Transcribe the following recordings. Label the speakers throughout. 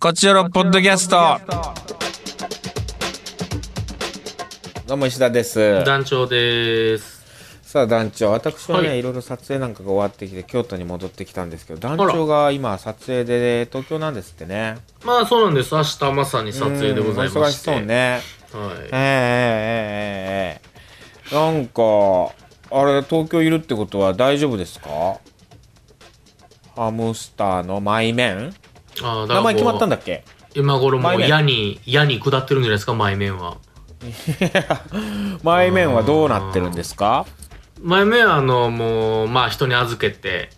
Speaker 1: こちらのポッドキャスト。
Speaker 2: どうも石田です。
Speaker 3: 団長です。
Speaker 2: さあ団長、私はね、、
Speaker 3: はいい
Speaker 2: ろいろ撮影なんかが終わってきて京都に戻ってきたんですけど、団長が今撮影で東京なんですってね。
Speaker 3: まあそうなんです。明日まさに撮影でござ
Speaker 2: う
Speaker 3: い
Speaker 2: んお
Speaker 3: ま
Speaker 2: 忙
Speaker 3: し。
Speaker 2: してそうね。
Speaker 3: は
Speaker 2: ええええええええなんかあれ東京いるってことは大丈夫ですか？ハムスターのマイメン
Speaker 3: い。ああ、だからこう
Speaker 2: 名前決まったんだっけ？
Speaker 3: 今頃も
Speaker 2: 前
Speaker 3: う
Speaker 2: 面
Speaker 3: 矢に、矢に下ってるんじゃないですか、前面は。
Speaker 2: マイメンはどうなってるんですか？
Speaker 3: 前面はあの、もう、まあ人に預けて、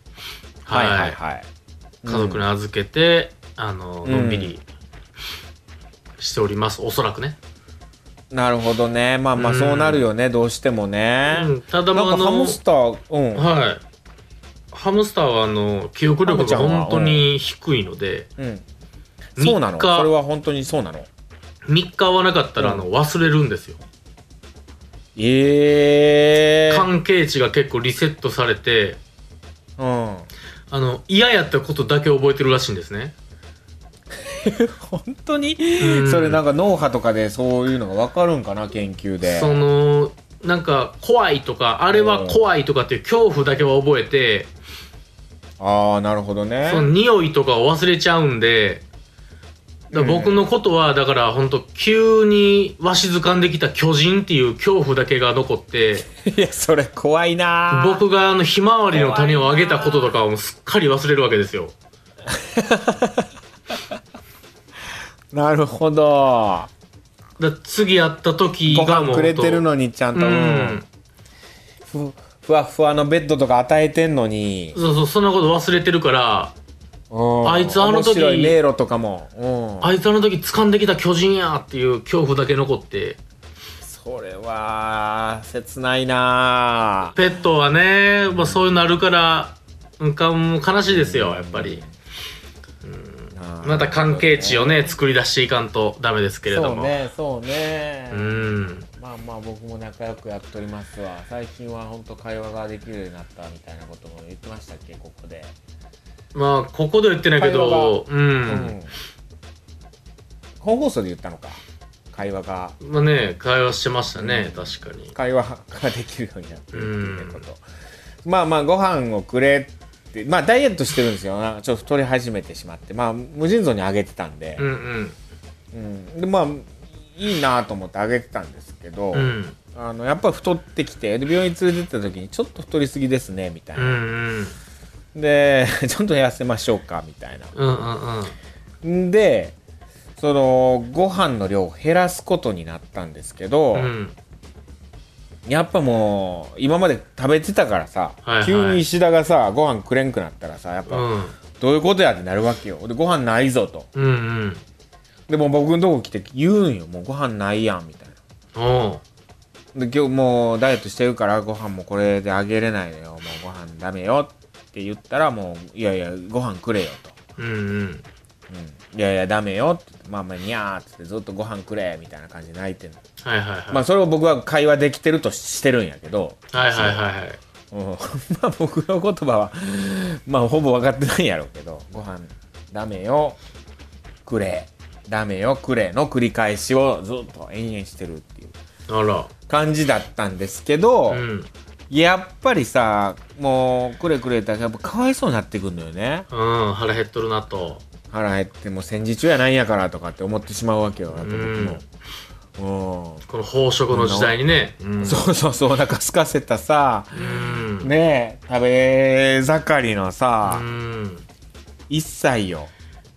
Speaker 3: は。
Speaker 2: はいいはいはい。
Speaker 3: 家族に預けて、あの、のんびりしております。おそらくね。
Speaker 2: なるほどね。まあまあ
Speaker 3: うん
Speaker 2: そうなるよね。どうしてもね。
Speaker 3: うんただま
Speaker 2: なん
Speaker 3: ああ
Speaker 2: かハ
Speaker 3: の
Speaker 2: ム、スター、うん。
Speaker 3: はい。ハムスターはあの、記憶力が
Speaker 2: ハムちゃんは
Speaker 3: 本当に低いので、
Speaker 2: うん。
Speaker 3: 三日
Speaker 2: そうなのそれは本当にそうなの
Speaker 3: 3日会わなかったら、あの、忘れるんですよ。
Speaker 2: ええ
Speaker 3: 関係値が結構リセットされて
Speaker 2: うん。
Speaker 3: あの嫌やったことだけ覚えてるらしいんですね
Speaker 2: 本当に
Speaker 3: うん
Speaker 2: それなんか脳波とかでそういうのがわかるんかな研究で。
Speaker 3: そのなんか怖いとかあれは怖いとかっていう恐怖だけは覚えて
Speaker 2: ああ、なるほどね。
Speaker 3: その匂いとかを忘れちゃうんでだから僕のことはだから本当急にわしづかんできた巨人っていう恐怖だけが残って
Speaker 2: いや、それ怖いなー。
Speaker 3: 僕があのひまわりの種をあげたこととかをすっかり忘れるわけですよ
Speaker 2: なるほど。
Speaker 3: だから次会った時
Speaker 2: ご
Speaker 3: が
Speaker 2: 飯
Speaker 3: もう
Speaker 2: くれてるのにちゃんと、
Speaker 3: う
Speaker 2: うん
Speaker 3: ん
Speaker 2: ふふわふわのベッドとか与えてんのに。
Speaker 3: そうそうそんなこと忘れてるから
Speaker 2: うん
Speaker 3: あいつあの時
Speaker 2: 面白い迷路とかも。うん。
Speaker 3: あいつあの時掴んできた巨人やっていう恐怖だけ残って。
Speaker 2: それは、切ないな
Speaker 3: ペットはね、まあそういうのあるから、うんかもう悲しいですよ、やっぱり。また関係値をね、作り出していかんとダメですけれど
Speaker 2: そう
Speaker 3: も。
Speaker 2: ね、そうね。
Speaker 3: うん。
Speaker 2: まあまあ僕も仲良くやっておりますわ最近は本当会話ができるようになったみたいなことも言ってましたっけここで、
Speaker 3: まあ、ここでは言ってないけど、う。
Speaker 2: うん本放送で言ったのか会話が
Speaker 3: まあね、会話してましたね、確かに。
Speaker 2: 会話ができるようになってるっていうこと、まあまあご飯をくれってまあダイエットしてるんですよなちょっと太り始めてしまってまあ無尽蔵にあげてたんで
Speaker 3: う,、ん
Speaker 2: うんでまあいいなと思ってあげてたんですけど、
Speaker 3: うん。うん。
Speaker 2: あのやっぱ太ってきてで病院連れてった時にちょっと太りすぎですねみたいな
Speaker 3: うんうん。
Speaker 2: で ちょっと痩せましょうかみたいな
Speaker 3: うんうんうん。
Speaker 2: んでそのご飯の量を減らすことになったんですけど、
Speaker 3: うん。
Speaker 2: やっぱもう今まで食べてたからさ、
Speaker 3: はいはい
Speaker 2: 急に石田がさご飯くれんくなったらさやっぱ、
Speaker 3: うん。
Speaker 2: どういうことやってなるわけよでご飯ないぞと
Speaker 3: うんうん。
Speaker 2: でもう僕のとこ来て言うんよもうご飯ないやんみたいな
Speaker 3: おう。
Speaker 2: で今日もうダイエットしてるからご飯もこれであげれないのよもうご飯ダメよって言ったらもういやいやご飯くれよと
Speaker 3: うんうん。
Speaker 2: うん、いやいやダメよって言ってまあまあにゃーってってずっとご飯くれみたいな感じで泣いてんの、
Speaker 3: はいはいはい。
Speaker 2: まあそれを僕は会話できてるとしてるんやけど、
Speaker 3: はいはいはいはい。
Speaker 2: うん、 まあ僕の言葉はまあほぼ分かってないやろうけどご飯ダメよくれダメよくれの繰り返しをずっと延々してるっていう
Speaker 3: あら。
Speaker 2: 感じだったんですけど、
Speaker 3: うん。
Speaker 2: やっぱりさもうくれくれってやっぱかわいそうになってくんのよね
Speaker 3: うん、腹減っとるなと。
Speaker 2: 腹減ってもう戦時中やないんやからとかって思ってしまうわけよやっぱ
Speaker 3: うん
Speaker 2: 僕も。うん
Speaker 3: この飽食の時代にね。うん。
Speaker 2: そうそうそうお腹空かせたさ
Speaker 3: うん。
Speaker 2: ねえ食べ盛りの
Speaker 3: う
Speaker 2: さ
Speaker 3: ん。
Speaker 2: 1歳よ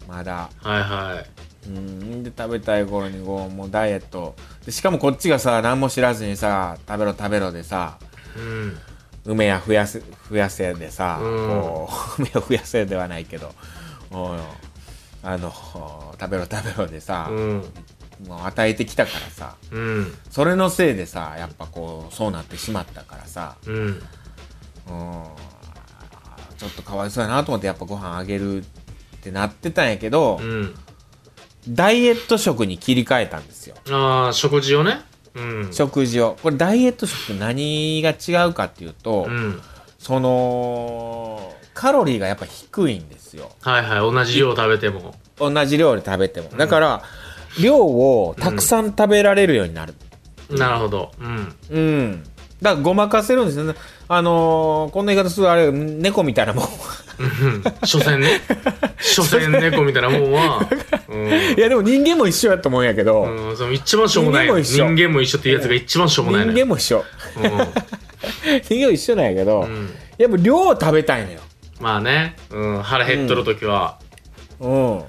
Speaker 2: まだ
Speaker 3: はいはい。
Speaker 2: うんで食べたい頃にこうもうダイエットでしかもこっちがさ何も知らずにさ食べろ食べろでさ
Speaker 3: うん。
Speaker 2: 梅や増やせ増やせでさ、
Speaker 3: うん
Speaker 2: こう 梅を増やせではないけどおうあの食べろ食べろでさ、
Speaker 3: うん。
Speaker 2: もう与えてきたからさ
Speaker 3: うん。
Speaker 2: それのせいでさやっぱこうそうなってしまったからさ
Speaker 3: うん。
Speaker 2: うんちょっとかわいそうやなと思ってやっぱご飯あげるってなってたんやけど、
Speaker 3: うん。
Speaker 2: ダイエット食に切り替えたんですよ
Speaker 3: ああ、食事をね。うん。
Speaker 2: 食事をこれダイエット食って何が違うかっていうと、
Speaker 3: うん。
Speaker 2: そのカロリーがやっぱ低いんですよ
Speaker 3: はいはい。同じ量食べても。
Speaker 2: 同じ量で食べてもだから、量をたくさん食べられるようになる
Speaker 3: なるほど。うん。
Speaker 2: うん、だからごまかせるんですよねあのーこんな言い方するとあれ猫みたいなもん
Speaker 3: うん所詮ね。所詮猫みたいなもんは。うん
Speaker 2: いやでも人間も一緒やと思うんやけど、
Speaker 3: うん、その一番しょうもない
Speaker 2: 人間も一緒
Speaker 3: 人間も一緒っていうやつが一番しょうもないの
Speaker 2: 人間
Speaker 3: よ、
Speaker 2: も一緒人間も一緒なんやけど、
Speaker 3: うんうん
Speaker 2: やっぱ量を食べたいのよ
Speaker 3: まあね、うん、腹減っとる時は、
Speaker 2: うん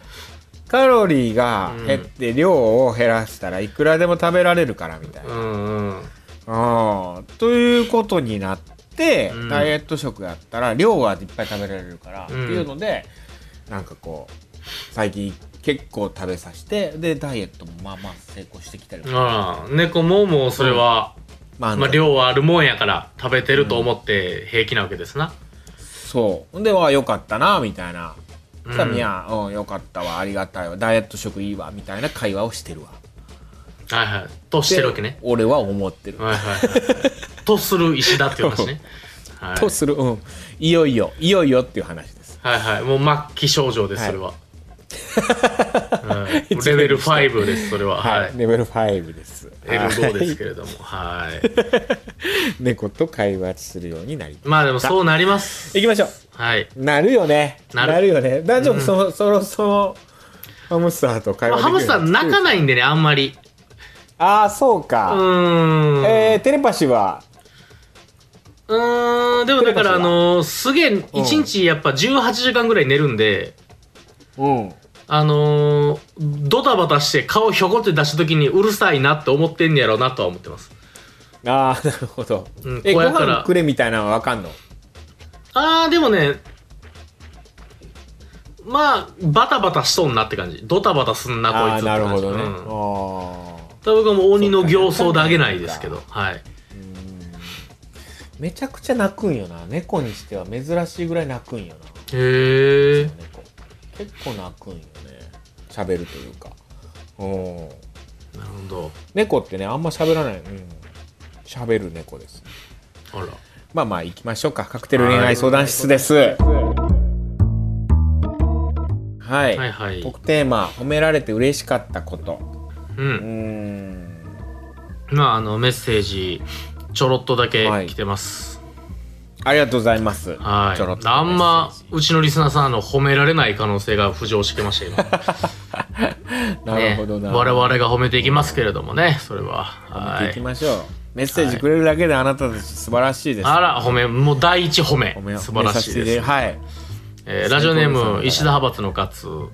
Speaker 2: カロリーが減って量を減らしたらいくらでも食べられるからみたいうな。
Speaker 3: んうん
Speaker 2: うん、ということになって、
Speaker 3: うん
Speaker 2: ダイエット食やったら量がいっぱい食べられるから、
Speaker 3: うん
Speaker 2: っていうのでなんかこう最近結構食べさせてでダイエットもまあまあ成功してきてる、
Speaker 3: あら猫ももうそれは、
Speaker 2: まあ
Speaker 3: まあ、量はあるもんやから食べてると思って平気なわけですな、
Speaker 2: そうほんではよかったなみたいな。
Speaker 3: うん
Speaker 2: さあみや、うん、よかったわありがたいわダイエット食いいわみたいな会話をしてるわ
Speaker 3: はいはいとしてるわけね
Speaker 2: 俺は思ってる
Speaker 3: はいはい はいとする石だっていう話ね、はい、
Speaker 2: とする、うん、いよいよいよいよっていう話です
Speaker 3: はいはいもう末期症状ですそ れは、はいレベル5ですそれははい、
Speaker 2: レベル5ですは
Speaker 3: L5
Speaker 2: い
Speaker 3: ですけれどもはい
Speaker 2: 猫と会話するようになり
Speaker 3: まあでもそうなります
Speaker 2: いきましょ
Speaker 3: はい、
Speaker 2: うなるよね
Speaker 3: なる
Speaker 2: よね大丈夫、そのそろそろハムスターと会
Speaker 3: ま
Speaker 2: 話
Speaker 3: あ、
Speaker 2: でき
Speaker 3: ハ
Speaker 2: るよう
Speaker 3: ムス
Speaker 2: に
Speaker 3: タ
Speaker 2: な
Speaker 3: ー泣
Speaker 2: る
Speaker 3: かないんでねあんまり
Speaker 2: ああそう
Speaker 3: う
Speaker 2: か、
Speaker 3: ーん
Speaker 2: えー、テレパシーは
Speaker 3: うーんでもだからあ
Speaker 2: テレパシーは
Speaker 3: のすげえ1日やっぱ18時間ぐらい寝るんで
Speaker 2: うん
Speaker 3: あのードタバタして顔ひょこって出した時にうるさいなって思ってんねやろうなとは思ってます
Speaker 2: ああなるほど、
Speaker 3: うん
Speaker 2: え
Speaker 3: こ
Speaker 2: ご
Speaker 3: うやったら
Speaker 2: 飯くれみたいなのはわかんの
Speaker 3: あーでもねまあバタバタしとんなって感じドタバタすんなこ
Speaker 2: あ
Speaker 3: い
Speaker 2: あ
Speaker 3: つって
Speaker 2: なる
Speaker 3: 感
Speaker 2: ほ
Speaker 3: じ
Speaker 2: どね、
Speaker 3: うん
Speaker 2: ああ
Speaker 3: 多分僕はもう鬼の形相であげないですけどはい
Speaker 2: めちゃくちゃ泣くんよな猫にしては珍しいぐらい泣くんよな
Speaker 3: へえ
Speaker 2: 猫結構泣くんよね喋るというかうん
Speaker 3: なるほど
Speaker 2: 猫ってねあんま喋らないうん喋る猫です
Speaker 3: あら
Speaker 2: まあまあ行きましょうかカクテル恋愛相談室ですはい、
Speaker 3: はいはい
Speaker 2: 特テーマ褒められて嬉しかったこと
Speaker 3: う
Speaker 2: うんん
Speaker 3: まああのメッセージちょろっとだけ
Speaker 2: はい
Speaker 3: 来てます
Speaker 2: ありがとうございます
Speaker 3: はい
Speaker 2: ちょろっと
Speaker 3: あん
Speaker 2: メ
Speaker 3: ま
Speaker 2: ッセージ
Speaker 3: うちのリスナーさんあの褒められない可能性が浮上してました 今
Speaker 2: なるほど
Speaker 3: ね
Speaker 2: な、
Speaker 3: 我々が褒めていきますけれどもねそれはは
Speaker 2: 見ていき
Speaker 3: い
Speaker 2: ましょう、メッセージくれるだけであなたたち素晴らしいです
Speaker 3: あら褒めもう第一褒め
Speaker 2: おめ
Speaker 3: 素晴
Speaker 2: おめ
Speaker 3: らしい
Speaker 2: させて
Speaker 3: です、
Speaker 2: はい
Speaker 3: えーラジオネー
Speaker 2: 最高です
Speaker 3: ム
Speaker 2: ね
Speaker 3: 石田派閥の勝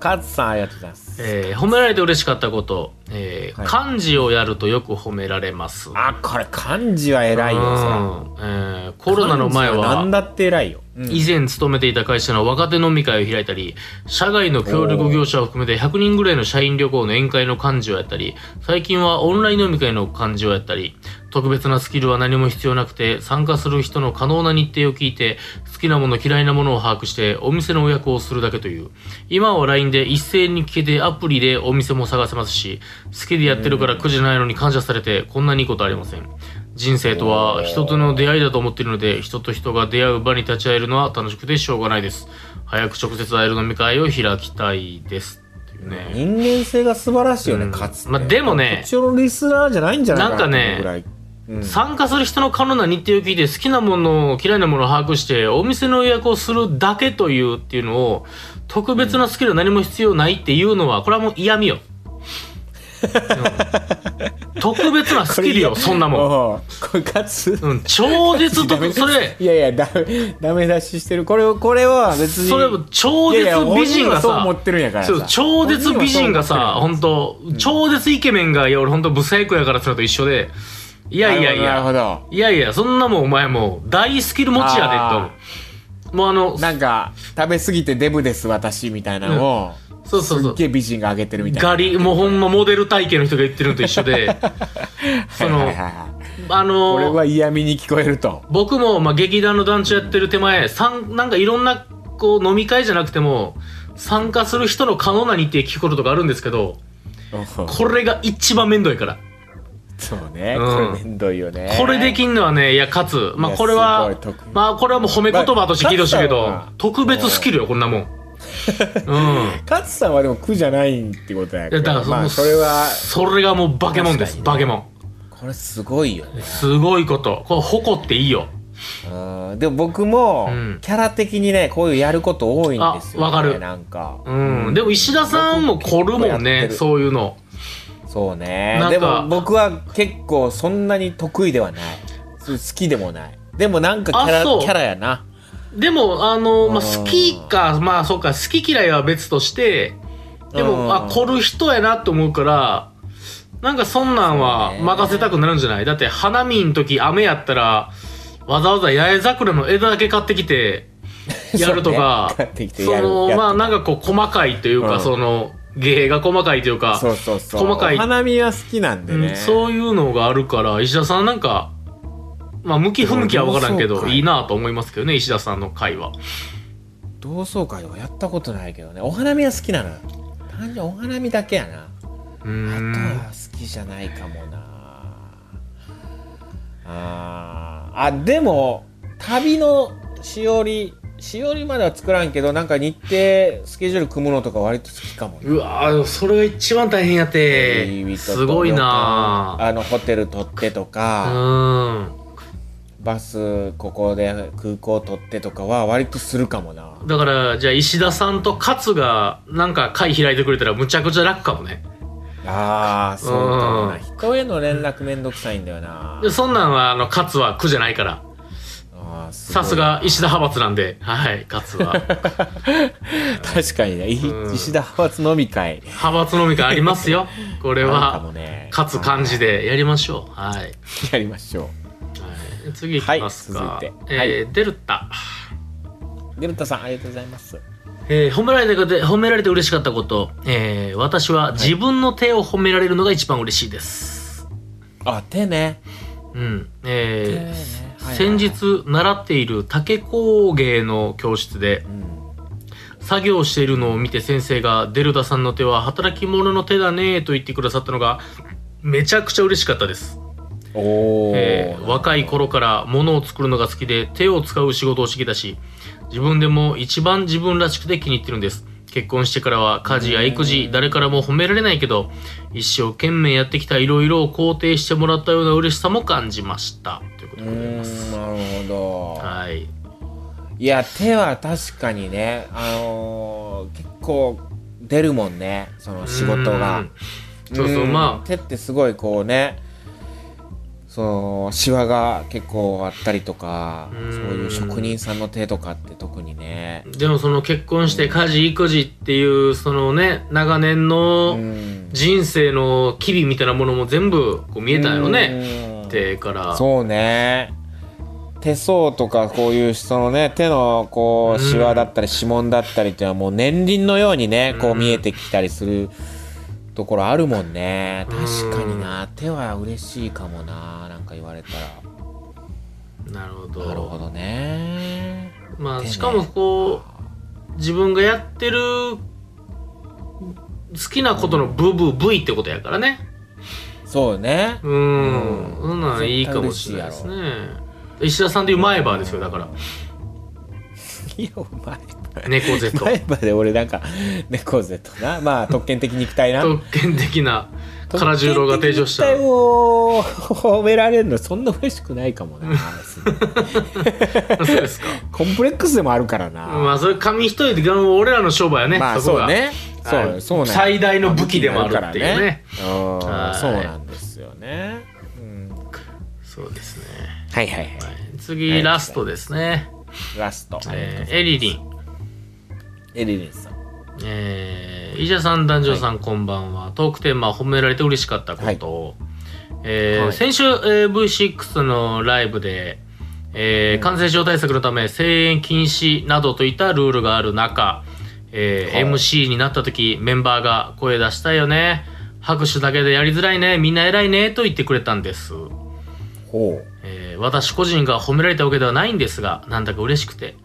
Speaker 2: 勝さんありがとうございます
Speaker 3: えー褒められて嬉しかったこと、えー
Speaker 2: はい
Speaker 3: 漢字をやるとよく褒められます
Speaker 2: あこれ漢字は偉いよそら
Speaker 3: うんえーコロナの前
Speaker 2: 漢字
Speaker 3: は
Speaker 2: 何だって偉いよ、うん
Speaker 3: 以前勤めていた会社の若手飲み会を開いたり社外の協力業者を含めて100人ぐらいの社員旅行の宴会の幹事をやったり最近はオンライン飲み会の幹事をやったり特別なスキルは何も必要なくて参加する人の可能な日程を聞いて好きなもの嫌いなものを把握してお店の予約をするだけという今は LINE で一斉に聞けてアプリでお店も探せますし好きでやってるから苦じゃないのに感謝されてこんなにいいことありません人生とは人との出会いだと思っているので人と人が出会う場に立ち会えるのは楽しくてしょうがないです早く直接会える飲み会を開きたいですっていうね
Speaker 2: 人間性が素晴らしいよね、
Speaker 3: うん
Speaker 2: 勝つって
Speaker 3: まあでもね
Speaker 2: こっちのリスナーじゃないんじゃないかな
Speaker 3: なんかね
Speaker 2: このぐらいうん
Speaker 3: 参加する人の可能な日程を聞いて好きなものを嫌いなものを把握してお店の予約をするだけというっていうのを特別なスキル何も必要ないっていうのはこれはもう嫌 味よ、うん特別なスキルよそんなもん、
Speaker 2: おうこれ勝つ
Speaker 3: うん、超 絶
Speaker 2: ダメ
Speaker 3: とそれ
Speaker 2: いやいやダメダメ出ししてるこれをこれは別に
Speaker 3: それも超
Speaker 2: いやい
Speaker 3: 絶
Speaker 2: や
Speaker 3: 美人
Speaker 2: 本人
Speaker 3: が
Speaker 2: はそう思
Speaker 3: さ
Speaker 2: ってるんやからさ
Speaker 3: そう超絶美人がさ
Speaker 2: 本
Speaker 3: 本当超絶イケメンがいや俺本当ブサイクやからそれと一緒でいやいやい
Speaker 2: なるほど
Speaker 3: や
Speaker 2: なるほ
Speaker 3: いやいやそんなもんお前もう大スキル持ちやで
Speaker 2: あ
Speaker 3: ともうあの
Speaker 2: どなんか食べ過ぎてデブです私みたいなのを、
Speaker 3: そうそう
Speaker 2: す
Speaker 3: そ
Speaker 2: っ
Speaker 3: う
Speaker 2: げえ美人が上げてるみたいな
Speaker 3: ガリもうほんまモデル体型の人が言ってるのと一緒 でそ
Speaker 2: はい
Speaker 3: の
Speaker 2: はいはいはい
Speaker 3: あ
Speaker 2: これ
Speaker 3: の
Speaker 2: は嫌味に聞こえると
Speaker 3: 僕も、まあ、劇団の団長やってる手前、さんなんかいろんなこう飲み会じゃなくても参加する人の可能な日程聞くこととかあるんですけどこれが一番面倒いから。
Speaker 2: そうね、
Speaker 3: うん
Speaker 2: これめんどいよね
Speaker 3: これできんのはね、いや、かつ、まあ、
Speaker 2: いや
Speaker 3: これは
Speaker 2: すごい特、
Speaker 3: まあ、これはもう褒め言葉として聞いてほしいけ
Speaker 2: ま
Speaker 3: ど
Speaker 2: あ、
Speaker 3: 特別スキルよ、こんなも ん。うん。
Speaker 2: 勝さんはでも苦じゃないってことや
Speaker 3: い
Speaker 2: け
Speaker 3: や
Speaker 2: ど
Speaker 3: だからそ,、
Speaker 2: まあ、それは
Speaker 3: それがもうバケモンです、
Speaker 2: 確かに
Speaker 3: バ
Speaker 2: ね
Speaker 3: ケモ
Speaker 2: これすごいよね
Speaker 3: ンすごいことこれ誇っていいよ
Speaker 2: うんでも僕も
Speaker 3: うん
Speaker 2: キャラ的にねこういうやること多いんですよ、ね、
Speaker 3: あわかる
Speaker 2: なんか
Speaker 3: うん、でも石田さんも凝るもんね
Speaker 2: 僕結構やって
Speaker 3: そういうの
Speaker 2: るそうね
Speaker 3: なんか
Speaker 2: でも僕は結構そんなに得意ではないそう好きでもないでもなんかキャ
Speaker 3: あ
Speaker 2: ラ
Speaker 3: そう
Speaker 2: キャラやな
Speaker 3: でもあの、まあ、
Speaker 2: あー
Speaker 3: 好きかまあそうか好き嫌いは別としてでも
Speaker 2: あー
Speaker 3: あ凝る人やなと思うからなんかそんなんは
Speaker 2: そうね
Speaker 3: 任せたくなるんじゃないだって花見ん時雨やったらわざわざ八重桜の枝だけ買ってきてやるとか
Speaker 2: そうね買ってきて
Speaker 3: そ
Speaker 2: やる
Speaker 3: の
Speaker 2: やって
Speaker 3: まあなんかこう細かいというか、
Speaker 2: うん
Speaker 3: その芸が細かいというか
Speaker 2: そうそうそう
Speaker 3: 細かい
Speaker 2: お花見は好きなんでね、
Speaker 3: うん、そういうのがあるから石田さんなんかまあ向き不向きは分からんけ
Speaker 2: そう
Speaker 3: ど
Speaker 2: か
Speaker 3: いいなと思いますけどね石田さんの会は
Speaker 2: 同窓会はやったことないけどねお花見は好きなのよ単純にお花見だけやな
Speaker 3: う
Speaker 2: あと
Speaker 3: ん
Speaker 2: は好きじゃないかもなあーあでも旅のしおりしおりまでは作らんけどなんか日程スケジュール組むのとか割と好きかもね
Speaker 3: うわーそれが一番大変や
Speaker 2: 旅
Speaker 3: て
Speaker 2: 人と
Speaker 3: すごいな
Speaker 2: あのホテル取ってと
Speaker 3: う
Speaker 2: か、
Speaker 3: ん
Speaker 2: バスここで空港取ってとかは割とするかもな
Speaker 3: だからじゃあ石田さんと勝がなんか会開いてくれたらむちゃくちゃ楽かもね
Speaker 2: ああそうかもな
Speaker 3: うん
Speaker 2: 人への連絡めんどくさいんだよな
Speaker 3: でそんなんはあの勝は苦じゃないから
Speaker 2: あーすごい
Speaker 3: さすが石田派閥なんではい勝は
Speaker 2: 確かにね、い
Speaker 3: うん
Speaker 2: 石田派閥飲み会
Speaker 3: 派閥飲み会ありますよこ
Speaker 2: こ
Speaker 3: れ
Speaker 2: かも
Speaker 3: は
Speaker 2: ね
Speaker 3: 勝漢字でやりましょうはい
Speaker 2: やりましょ
Speaker 3: はい、次いきますか、
Speaker 2: はい続いて
Speaker 3: えーデルタ、
Speaker 2: うデルタさんありがとうございます
Speaker 3: えー褒められたこと褒められて嬉しかったこと、えー私は自分の手を褒められるのが一番嬉しいです、
Speaker 2: あ手ね
Speaker 3: うん
Speaker 2: 手
Speaker 3: え
Speaker 2: ね
Speaker 3: ー
Speaker 2: はい
Speaker 3: 先日習っている竹工芸の教室で
Speaker 2: うん
Speaker 3: 作業しているのを見て先生が「デルタさんの手は働き者の手だね」と言ってくださったのがめちゃくちゃ嬉しかったです
Speaker 2: おお、
Speaker 3: えー若い頃から物を作るのが好きで手を使う仕事をしてきたし自分でも一番自分らしくて気に入ってるんです結婚してからは家事や育児誰からも褒められないけど一生懸命やってきたいろいろを肯定してもらったような嬉しさも感じましたというこ
Speaker 2: う
Speaker 3: と
Speaker 2: ー
Speaker 3: でございます
Speaker 2: んなるほど、
Speaker 3: はい
Speaker 2: い、や手は確かにねあのー結構出るもんねその仕事
Speaker 3: う
Speaker 2: が
Speaker 3: んそうそうんまあ
Speaker 2: 手ってすごいこうねそのシワが結構あったりとか
Speaker 3: うん
Speaker 2: そういう職人さんの手とかって特にね
Speaker 3: でもその結婚して家事育児っていうそのね長年
Speaker 2: う
Speaker 3: の
Speaker 2: ん
Speaker 3: 人生の機微みたいなものも全部こう見えたんやろね
Speaker 2: うん
Speaker 3: 手から
Speaker 2: そうね手相とかこういうそのね手のこう
Speaker 3: うん
Speaker 2: シワだったり指紋だったりっていうのはもう年輪のようにねこう
Speaker 3: うん
Speaker 2: 見えてきたりするところあるもんね
Speaker 3: うん
Speaker 2: 確かにな手は嬉しいかもななんか言われたら
Speaker 3: なるほど
Speaker 2: なるほどね
Speaker 3: まあ、
Speaker 2: 手ね
Speaker 3: しかもこう自分がやってる好きなことのブブブイってことやからね
Speaker 2: そうね
Speaker 3: うん、
Speaker 2: うん
Speaker 3: そんなんいいかもしれないですね石田さんでいう前歯ですよだから
Speaker 2: いやお前
Speaker 3: 猫 背と
Speaker 2: 前歯で俺なんか猫背となまあ特権的肉体な
Speaker 3: 特権的な唐十郎が提唱した
Speaker 2: 特権的肉体を褒められるのそんな嬉しくないかも な別に
Speaker 3: そうですか
Speaker 2: コンプレックスでもあるからな、
Speaker 3: まあそれ紙一重でが俺らの商売やね、
Speaker 2: まあ
Speaker 3: そこ
Speaker 2: そう
Speaker 3: が
Speaker 2: ねそ
Speaker 3: は
Speaker 2: う
Speaker 3: い
Speaker 2: そうね
Speaker 3: 最大の武器でもあるっていうね
Speaker 2: うん
Speaker 3: はい
Speaker 2: そうなんですよね、うん、
Speaker 3: そうですね、
Speaker 2: はいはいはい
Speaker 3: はい次、ラストですね、
Speaker 2: ラスト、
Speaker 3: えーエリリン
Speaker 2: エリリンさん
Speaker 3: えー、医者さん、男女さん、こんばんは。トークテーマ、褒められて嬉しかったことを。えー
Speaker 2: はい
Speaker 3: 先週、えー V6 のライブで、えー
Speaker 2: うん
Speaker 3: 感染症対策のため、声援禁止などといったルールがある中、えー
Speaker 2: はい
Speaker 3: MC になった時、メンバーが声出したいよね。拍手だけでやりづらいね。みんな偉いね。と言ってくれたんです。
Speaker 2: ほ
Speaker 3: えー私個人が褒められたわけではないんですがなんだか嬉しくて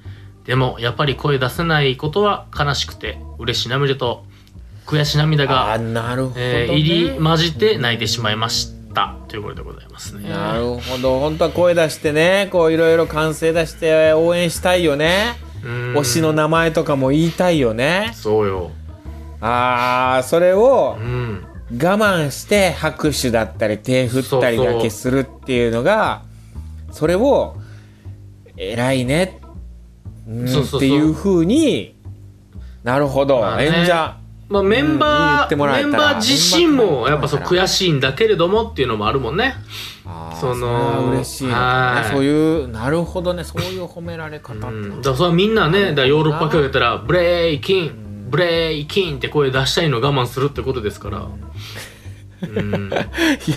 Speaker 3: でもやっぱり声出せないことは悲しくて嬉し涙と悔し涙
Speaker 2: うあ
Speaker 3: が、
Speaker 2: ーなるほど、ね
Speaker 3: えー入り混じって泣いてしまいましたということでございますね
Speaker 2: なるほど本当は声出してねこういろいろ歓声出して応援したいよね
Speaker 3: うん
Speaker 2: 推しの名前とかも言いたいよね
Speaker 3: そうよ
Speaker 2: あーそれを
Speaker 3: うん
Speaker 2: 我慢して拍手だったり手振ったりだけするっていうのがそれを偉いねうん
Speaker 3: そうそうそう
Speaker 2: っていうふうになるほど、
Speaker 3: まあね
Speaker 2: 演者
Speaker 3: まあメン
Speaker 2: うん言
Speaker 3: バ
Speaker 2: っても
Speaker 3: ー
Speaker 2: らえ
Speaker 3: メ
Speaker 2: たら
Speaker 3: ンバー自身もやっぱそう
Speaker 2: メンバーから
Speaker 3: 悔しいんだけれどもっていうのもあるもんね
Speaker 2: あー
Speaker 3: その
Speaker 2: れは嬉しいな、
Speaker 3: はい
Speaker 2: そういうなるほどねそういう褒められ方って、
Speaker 3: う ん、だからそれはみんなねだからヨーロッパ教育やったらブレイキンブレイキンって声出したいのを我慢するってことです から、うん、ない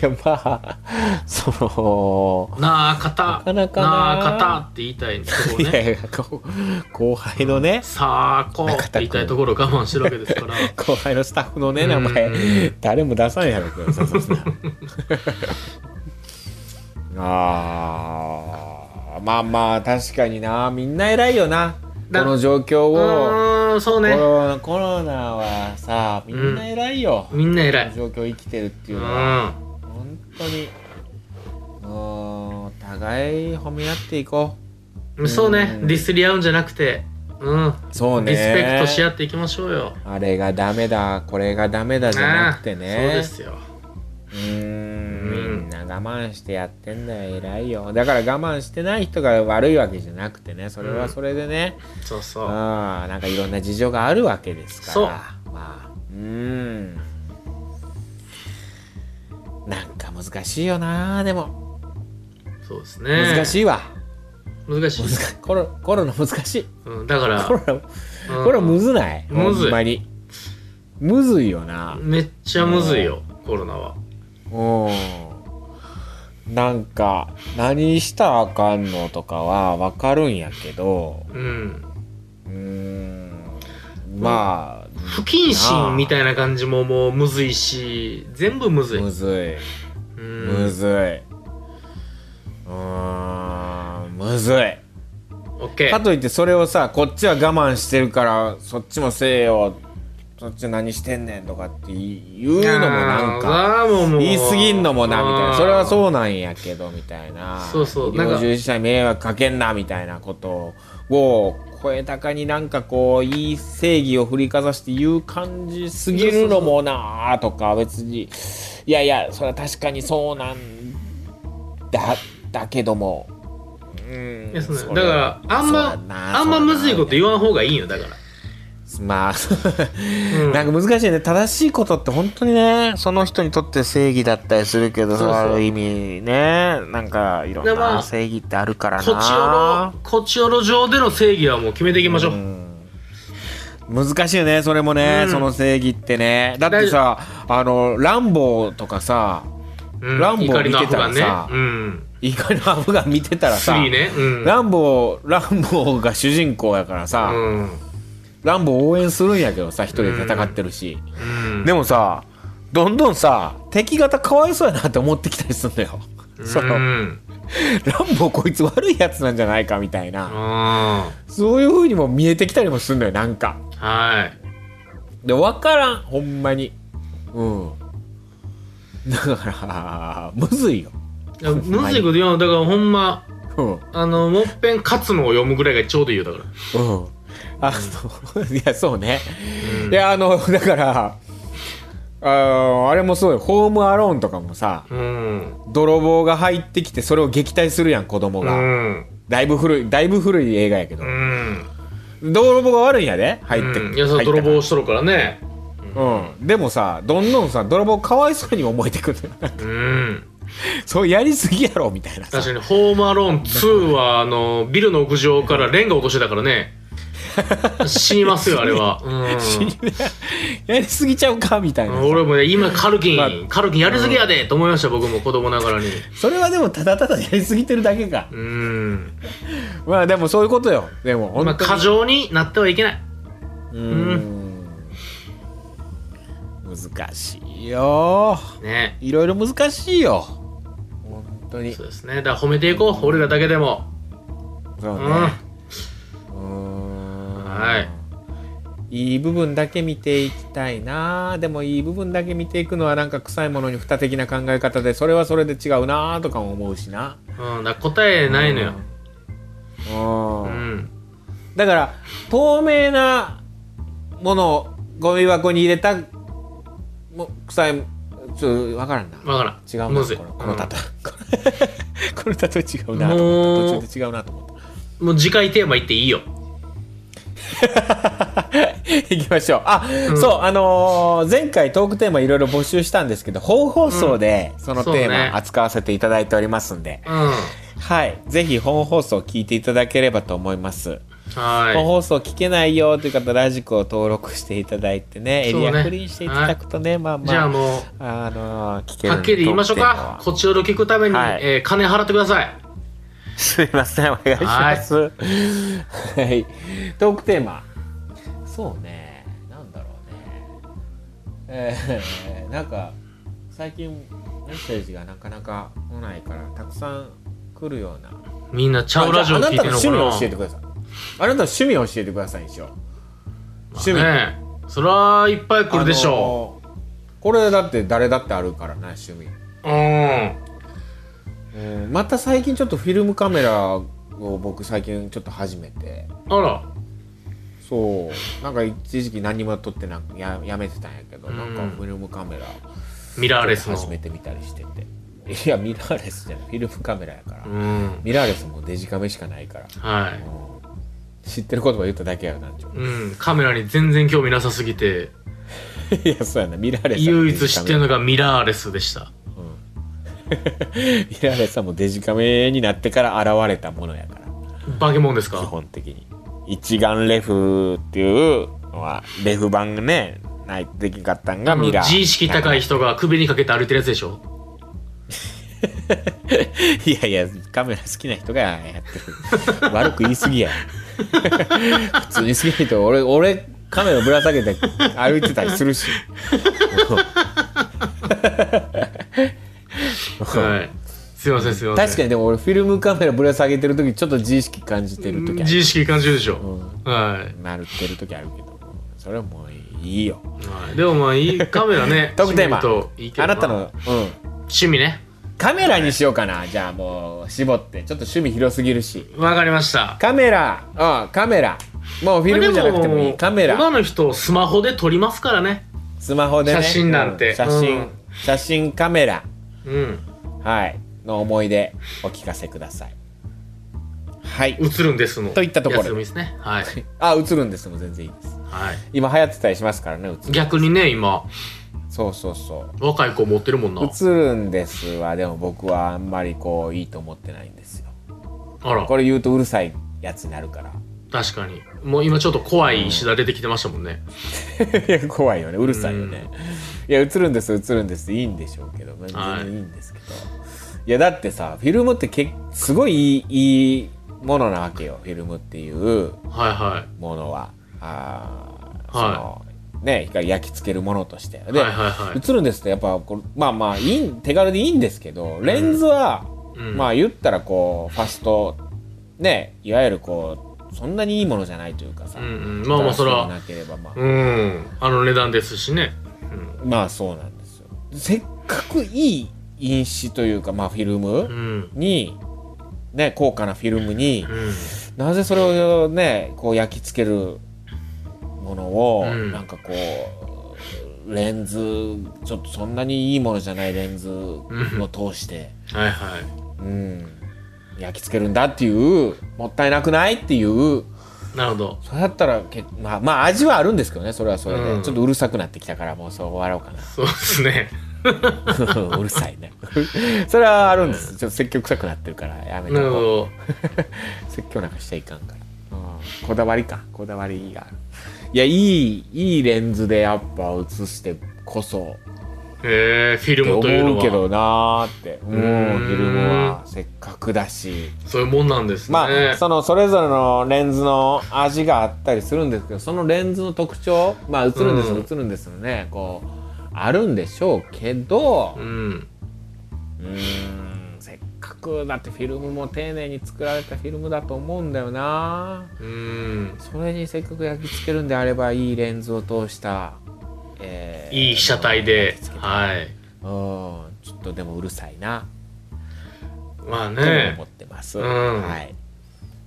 Speaker 2: やまあその
Speaker 3: あ肩
Speaker 2: なかなかな
Speaker 3: あ肩って言いたいとこ
Speaker 2: い
Speaker 3: ろね
Speaker 2: やいやこう後輩のね
Speaker 3: さあこうって言いたいところを我慢してるわけですから
Speaker 2: 後輩のスタッフのね
Speaker 3: うん
Speaker 2: 名前誰も出さんやろけどさそんな あーまあまあ確かになみんな偉いよなこ
Speaker 3: だ
Speaker 2: の状況
Speaker 3: う
Speaker 2: を
Speaker 3: ーんそう
Speaker 2: コ
Speaker 3: ね
Speaker 2: ロナコロナはさみんな偉いよ、
Speaker 3: みんな偉
Speaker 2: この
Speaker 3: い
Speaker 2: 状況生きてるっていううんのは本当にうんお互い褒め合っていこ
Speaker 3: そうね
Speaker 2: うん
Speaker 3: ディスり合うんじゃなくてうん
Speaker 2: うそうね
Speaker 3: リスペクトし合っていきましょうよ
Speaker 2: あれがダメだこれがダメだじゃなくてね
Speaker 3: ああそうですよ
Speaker 2: うー
Speaker 3: うんん
Speaker 2: みんな我慢してやってんだよ偉いよだから我慢してない人が悪いわけじゃなくてねそれはそれでね、
Speaker 3: そう
Speaker 2: う
Speaker 3: そ
Speaker 2: ん、
Speaker 3: う
Speaker 2: なんかいろんな事情があるわけですから
Speaker 3: そう
Speaker 2: まあうんなんか難しいよなでも
Speaker 3: そうですね
Speaker 2: 難しいわ、
Speaker 3: 難しい
Speaker 2: 難しいコロコロナ難しい
Speaker 3: うん、だから
Speaker 2: コロナ、
Speaker 3: うん
Speaker 2: コロナむずない
Speaker 3: むずい
Speaker 2: ほんまにむずいよな
Speaker 3: めっちゃむずいよコロナは
Speaker 2: うんなんか何したらあかんのとかはわかるんやけど
Speaker 3: うん
Speaker 2: うーんま
Speaker 3: 不謹慎みたいな感じももうむずいし全部む
Speaker 2: あ
Speaker 3: ずい
Speaker 2: むず
Speaker 3: う
Speaker 2: い
Speaker 3: ん
Speaker 2: むずいうーんむずい
Speaker 3: オッケ
Speaker 2: か
Speaker 3: ー
Speaker 2: といってそれをさこっちは我慢してるからそっちもせえよそっち何してんねんとかって言うのもなんか
Speaker 3: あーもうもう
Speaker 2: 言い過ぎんのもなみたい
Speaker 3: あ
Speaker 2: な
Speaker 3: ー
Speaker 2: それはそうなんやけどみたいな
Speaker 3: そうそう
Speaker 2: 医
Speaker 3: なん
Speaker 2: 療
Speaker 3: か
Speaker 2: 従事者に迷惑かけんなみたいなことを声高になんかこういい正義を振りかざして言う感じすぎるのもなあとか別にいやいやそれは確かにそうなんだだけどもうん
Speaker 3: いやそうだよ
Speaker 2: そ
Speaker 3: だ
Speaker 2: れ
Speaker 3: からあん
Speaker 2: そうや
Speaker 3: ま
Speaker 2: な
Speaker 3: あんまむずいこと
Speaker 2: そう
Speaker 3: 言わん方がいいよだか
Speaker 2: や
Speaker 3: ら
Speaker 2: なまあ、
Speaker 3: うん
Speaker 2: なんか難しいね正しいことって本当にねその人にとって正義だったりするけど
Speaker 3: そうそう
Speaker 2: ある意味ねなんかいろん
Speaker 3: でま
Speaker 2: な
Speaker 3: あ
Speaker 2: 正義ってあるからな
Speaker 3: こちおろこちおろ上での正義はもう決めていきましょう、
Speaker 2: 難しいよねそれもね、
Speaker 3: うん
Speaker 2: その正義ってねだってさあのランボーとかさ
Speaker 3: うん
Speaker 2: ランボー
Speaker 3: 怒りの
Speaker 2: 見てたら
Speaker 3: アフガ
Speaker 2: さ
Speaker 3: ンねうん
Speaker 2: イカのアブが見てたらさ、
Speaker 3: 3ねうん
Speaker 2: ランボーランボーが主人公やからさ、
Speaker 3: うん
Speaker 2: ランボー応援するんやけどさ一人で戦ってるし、
Speaker 3: うん
Speaker 2: でもさどんどんさ敵方かわいそうやなって思ってきたりするんだ よ。その
Speaker 3: うん
Speaker 2: ランボーこいつ悪いやつなんじゃないかみたいな、
Speaker 3: あ
Speaker 2: そういう風にも見えてきたりもするんだよなんか
Speaker 3: ーはい
Speaker 2: で分からんほんまにうんだからむずいよ、
Speaker 3: いやむずいこと言わんだからほんま
Speaker 2: うんうん、
Speaker 3: あのもっぺん勝つのを読むぐらいがちょうどいいよだから
Speaker 2: あの いやそうね、
Speaker 3: うん
Speaker 2: いやあのだからあーあれもそうよホームアローンとかもさ
Speaker 3: うん
Speaker 2: 泥棒が入ってきてそれを撃退するやん子供
Speaker 3: う
Speaker 2: が、
Speaker 3: ん
Speaker 2: だいぶ古いだいぶ古い映画やけど
Speaker 3: う、ん
Speaker 2: 泥棒が悪いんやで入って、
Speaker 3: うんいやその
Speaker 2: 入った
Speaker 3: 泥
Speaker 2: から
Speaker 3: 棒しとるからね
Speaker 2: うん、でもさどんどんさ泥棒かわいそうに思えてくる
Speaker 3: うん
Speaker 2: そうやりすぎやろみたいなさ
Speaker 3: 確かに「ホームアローン2」はあのビルの屋上からレンガ落としてたからね死にますよあれ は、う、
Speaker 2: やりすぎちゃうかみたいなん
Speaker 3: 俺もね今カルキン、
Speaker 2: まあ
Speaker 3: カルキンやりすぎやで、と思いました僕も子供ながらに
Speaker 2: それはでもただただやりすぎてるだけか
Speaker 3: うん
Speaker 2: まあでもそういうことよでも
Speaker 3: まあ
Speaker 2: 本当に、
Speaker 3: 過剰になってはいけない、
Speaker 2: うん難しいよ
Speaker 3: ね、
Speaker 2: いろいろ難しいよ本当に
Speaker 3: そうですねだから褒めていこう俺らだけでも
Speaker 2: そう
Speaker 3: う
Speaker 2: ね
Speaker 3: ん
Speaker 2: うん
Speaker 3: はい
Speaker 2: いい部分だけ見ていきたいなでもいい部分だけ見ていくのはなんか臭いものに蓋的な考え方でそれはそれで違うなとかも思うしな
Speaker 3: うん、だから答えないのよ。
Speaker 2: うん
Speaker 3: うん。
Speaker 2: だから透明なものをゴミ箱に入れたも臭いちょっとわからんな
Speaker 3: わからん
Speaker 2: 違う
Speaker 3: も
Speaker 2: な
Speaker 3: うぜ
Speaker 2: このこの例え この例え違うなと
Speaker 3: も
Speaker 2: 思
Speaker 3: う
Speaker 2: った途中で違うなと思った
Speaker 3: もう次回テーマ言っていいよ
Speaker 2: 行きましょう。あ、そう、あのー前回トークテーマいろいろ募集したんですけど、本放送でそのテー
Speaker 3: そうね
Speaker 2: マ扱わせていただいておりますんで、
Speaker 3: うんは
Speaker 2: はい。ぜひ本放送聞いていただければと思います。本
Speaker 3: ーい
Speaker 2: 放送聞けないよという方、ラジコを登録していただいてね、エ
Speaker 3: そうね
Speaker 2: リアクリーンしていただくとね、まあまあ、
Speaker 3: じゃあも
Speaker 2: あのー聞け
Speaker 3: う
Speaker 2: る
Speaker 3: はっきり言いましょうか
Speaker 2: トー
Speaker 3: こ
Speaker 2: ク
Speaker 3: っちよろ聞くために、
Speaker 2: はい
Speaker 3: えー金払ってください
Speaker 2: テーマはすいません、お願いします。はい。トークテーマ。そうね。なんだろうね。えー、なんか、最近メッセージがなかなか来ないから、たくさん来るような。
Speaker 3: みんなちゃうラジオ
Speaker 2: あじゃあ
Speaker 3: 聞いて
Speaker 2: あ
Speaker 3: る
Speaker 2: な
Speaker 3: の
Speaker 2: た
Speaker 3: か
Speaker 2: の
Speaker 3: な
Speaker 2: 趣味を教えてください。あなたの趣味を教えてください、一応。趣味。
Speaker 3: ねえそれはいっぱい来るでしょ
Speaker 2: あのーこれだって誰だってあるからな、趣味。
Speaker 3: う、う
Speaker 2: う
Speaker 3: ん
Speaker 2: んまた最近ちょっとフィルムカメラを僕最近ちょっと始めて。
Speaker 3: あら
Speaker 2: そうなんか一時期何も撮ってなくややめてたんやけど、
Speaker 3: うん
Speaker 2: なんかフィルムカメラ
Speaker 3: ミラーレスの
Speaker 2: 始めてみたりしてていやミラーレスじゃないフィルムカメラやから、
Speaker 3: うん
Speaker 2: ミラーレスもデジカメしかないから、
Speaker 3: はい
Speaker 2: うん知ってる言葉言っただけやよなんちょ
Speaker 3: うん、カメラに全然興味なさすぎて
Speaker 2: いやそうやなミラーレスはもう
Speaker 3: 唯
Speaker 2: デジカメ
Speaker 3: 一知ってるのがミラーレスでした
Speaker 2: ミラーレスはもうデジカメになってから現れたものやから
Speaker 3: バケモンですか
Speaker 2: 基本的に一眼レフっていうのはレフ版がねないできんかったんが
Speaker 3: あの
Speaker 2: ミラー
Speaker 3: 自意識高い人が首にかけて歩いてるやつでしょ
Speaker 2: いやいや、カメラ好きな人がやってる。悪く言い過ぎや。普通に好きな人、俺、俺、カメラぶら下げて歩いてたりするし。
Speaker 3: はいすいませんすいません
Speaker 2: 確かに、でも俺、フィルムカメラぶら下げてる時ちょっと自意識感じてる時あ
Speaker 3: 自
Speaker 2: る。
Speaker 3: 意識感じるでしょ、は
Speaker 2: なるってる時あるけど、それはもういいよ。
Speaker 3: い、はい、でもまあいいカメラね
Speaker 2: 特テーマ
Speaker 3: 趣味といいけど
Speaker 2: あなたの、うん。
Speaker 3: 趣味ね
Speaker 2: カメラにしようかな。じゃあもう、絞って。ちょっと趣味広すぎるし。
Speaker 3: わかりました
Speaker 2: カメラ、あカメラ。もうフィルムじゃなくてもいい。カメラ。
Speaker 3: 今の人スマホで撮りますからね
Speaker 2: スマホでね
Speaker 3: 写真なんて
Speaker 2: う写真、
Speaker 3: うん
Speaker 2: 写真カメラ
Speaker 3: うん
Speaker 2: はいの思い出お聞かせくださいはい
Speaker 3: 映るんですの
Speaker 2: といったところ
Speaker 3: やつでもいいですねはい、
Speaker 2: あ映るんですもん全然いいです
Speaker 3: はい、
Speaker 2: 今流行ってたりしますからね映る
Speaker 3: 逆にね今
Speaker 2: そうそうそう
Speaker 3: 若い子持ってるもんな
Speaker 2: 映るんですはでも僕はあんまりこういいと思ってないんですよ
Speaker 3: あら
Speaker 2: これ言うとうるさいやつになるから
Speaker 3: 確かにもう今ちょっと怖い石田出てきてましたもんね、
Speaker 2: いや怖いよねうるさいよねいや映るんです映るんですいいんでしょうけど全然いいんですけど、い、やだってさフィルムってけすごいいいいいものなわけよフィルムっていう
Speaker 3: はいは
Speaker 2: ものはあーそ
Speaker 3: はい
Speaker 2: の、ね光焼き付けるものとして
Speaker 3: い
Speaker 2: で、
Speaker 3: はいはいはい
Speaker 2: 映るんですってやっぱこれまあまあいい手軽でいいんですけどレンズは、
Speaker 3: うん
Speaker 2: まあ言ったらこうファストねいわゆるこうそんなにいいものじゃないというかさ、
Speaker 3: うんうんまあまあそれは
Speaker 2: 新しいものなければまあ、
Speaker 3: うんあの値段ですしね、
Speaker 2: まあそうなんですよせっかくいい印紙というかまあフィル
Speaker 3: うん、う
Speaker 2: ム
Speaker 3: ん
Speaker 2: に、ね高価なフィルムに、
Speaker 3: うん
Speaker 2: なぜそれをねこう焼き付けるものを、
Speaker 3: うん
Speaker 2: なんかこうレンズちょっとそんなにいいものじゃないレンズを通して、
Speaker 3: はいはい
Speaker 2: うん、焼き付けるんだっていうもったいなくないっていう
Speaker 3: なるほど
Speaker 2: それだったらけまあまあ味はあるんですけどねそれはそれで、
Speaker 3: うん
Speaker 2: ちょっとうるさくなってきたからもうそう終わろうかな
Speaker 3: そうですね
Speaker 2: うるさいねそれはあるんですちょっと説教臭くなってるからやめ
Speaker 3: なるほ
Speaker 2: とこ
Speaker 3: ど
Speaker 2: う 説教なんかしちゃいかんから、うんこだわりかこだわりがあるいやいいいいレンズでやっぱ映してこそ
Speaker 3: へえフィル
Speaker 2: って
Speaker 3: ムというの
Speaker 2: 思うけ
Speaker 3: は
Speaker 2: どなーってうんフ
Speaker 3: ーん
Speaker 2: ィルムはせっかくだし
Speaker 3: そういうもんなんですね、
Speaker 2: まあそのそれぞれのレンズの味があったりするんですけどそのレンズの特徴まあ映るんですよ
Speaker 3: うん
Speaker 2: 映るんですよねこうあるんでしょうけど、
Speaker 3: うん
Speaker 2: うーんせっかくだってフィルムも丁寧に作られたフィルムだと思うんだよな
Speaker 3: うん
Speaker 2: それにせっかく焼き付けるんであればいいレンズを通した、えー
Speaker 3: いい被写体で
Speaker 2: 焼き付けた
Speaker 3: はい
Speaker 2: うんちょっとでもうるさいな、
Speaker 3: まあ
Speaker 2: とも
Speaker 3: ね
Speaker 2: 思ってます、
Speaker 3: うん
Speaker 2: はい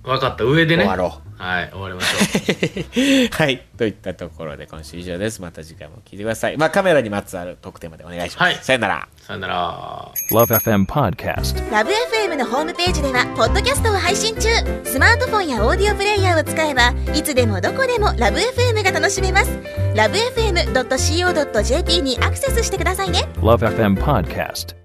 Speaker 3: 分かった上
Speaker 2: 終
Speaker 3: でね
Speaker 2: わろう
Speaker 3: はい、終わりましょう。
Speaker 2: はい。といったところで今週以上です。また次回も聞いてください。まあカメラにまつわる特典までお願いします。
Speaker 3: はい
Speaker 2: さよなら。
Speaker 3: さよなら。
Speaker 1: Love FM Podcast.
Speaker 4: ラブ f m のホームページではポッドキャストを配信中スマートフォンやオーディオプレイヤーを使えばいつでもどこでもラブ f m が楽しめますラブ FM.co.jp にアクセスしてくださいね
Speaker 1: Love FM Podcast.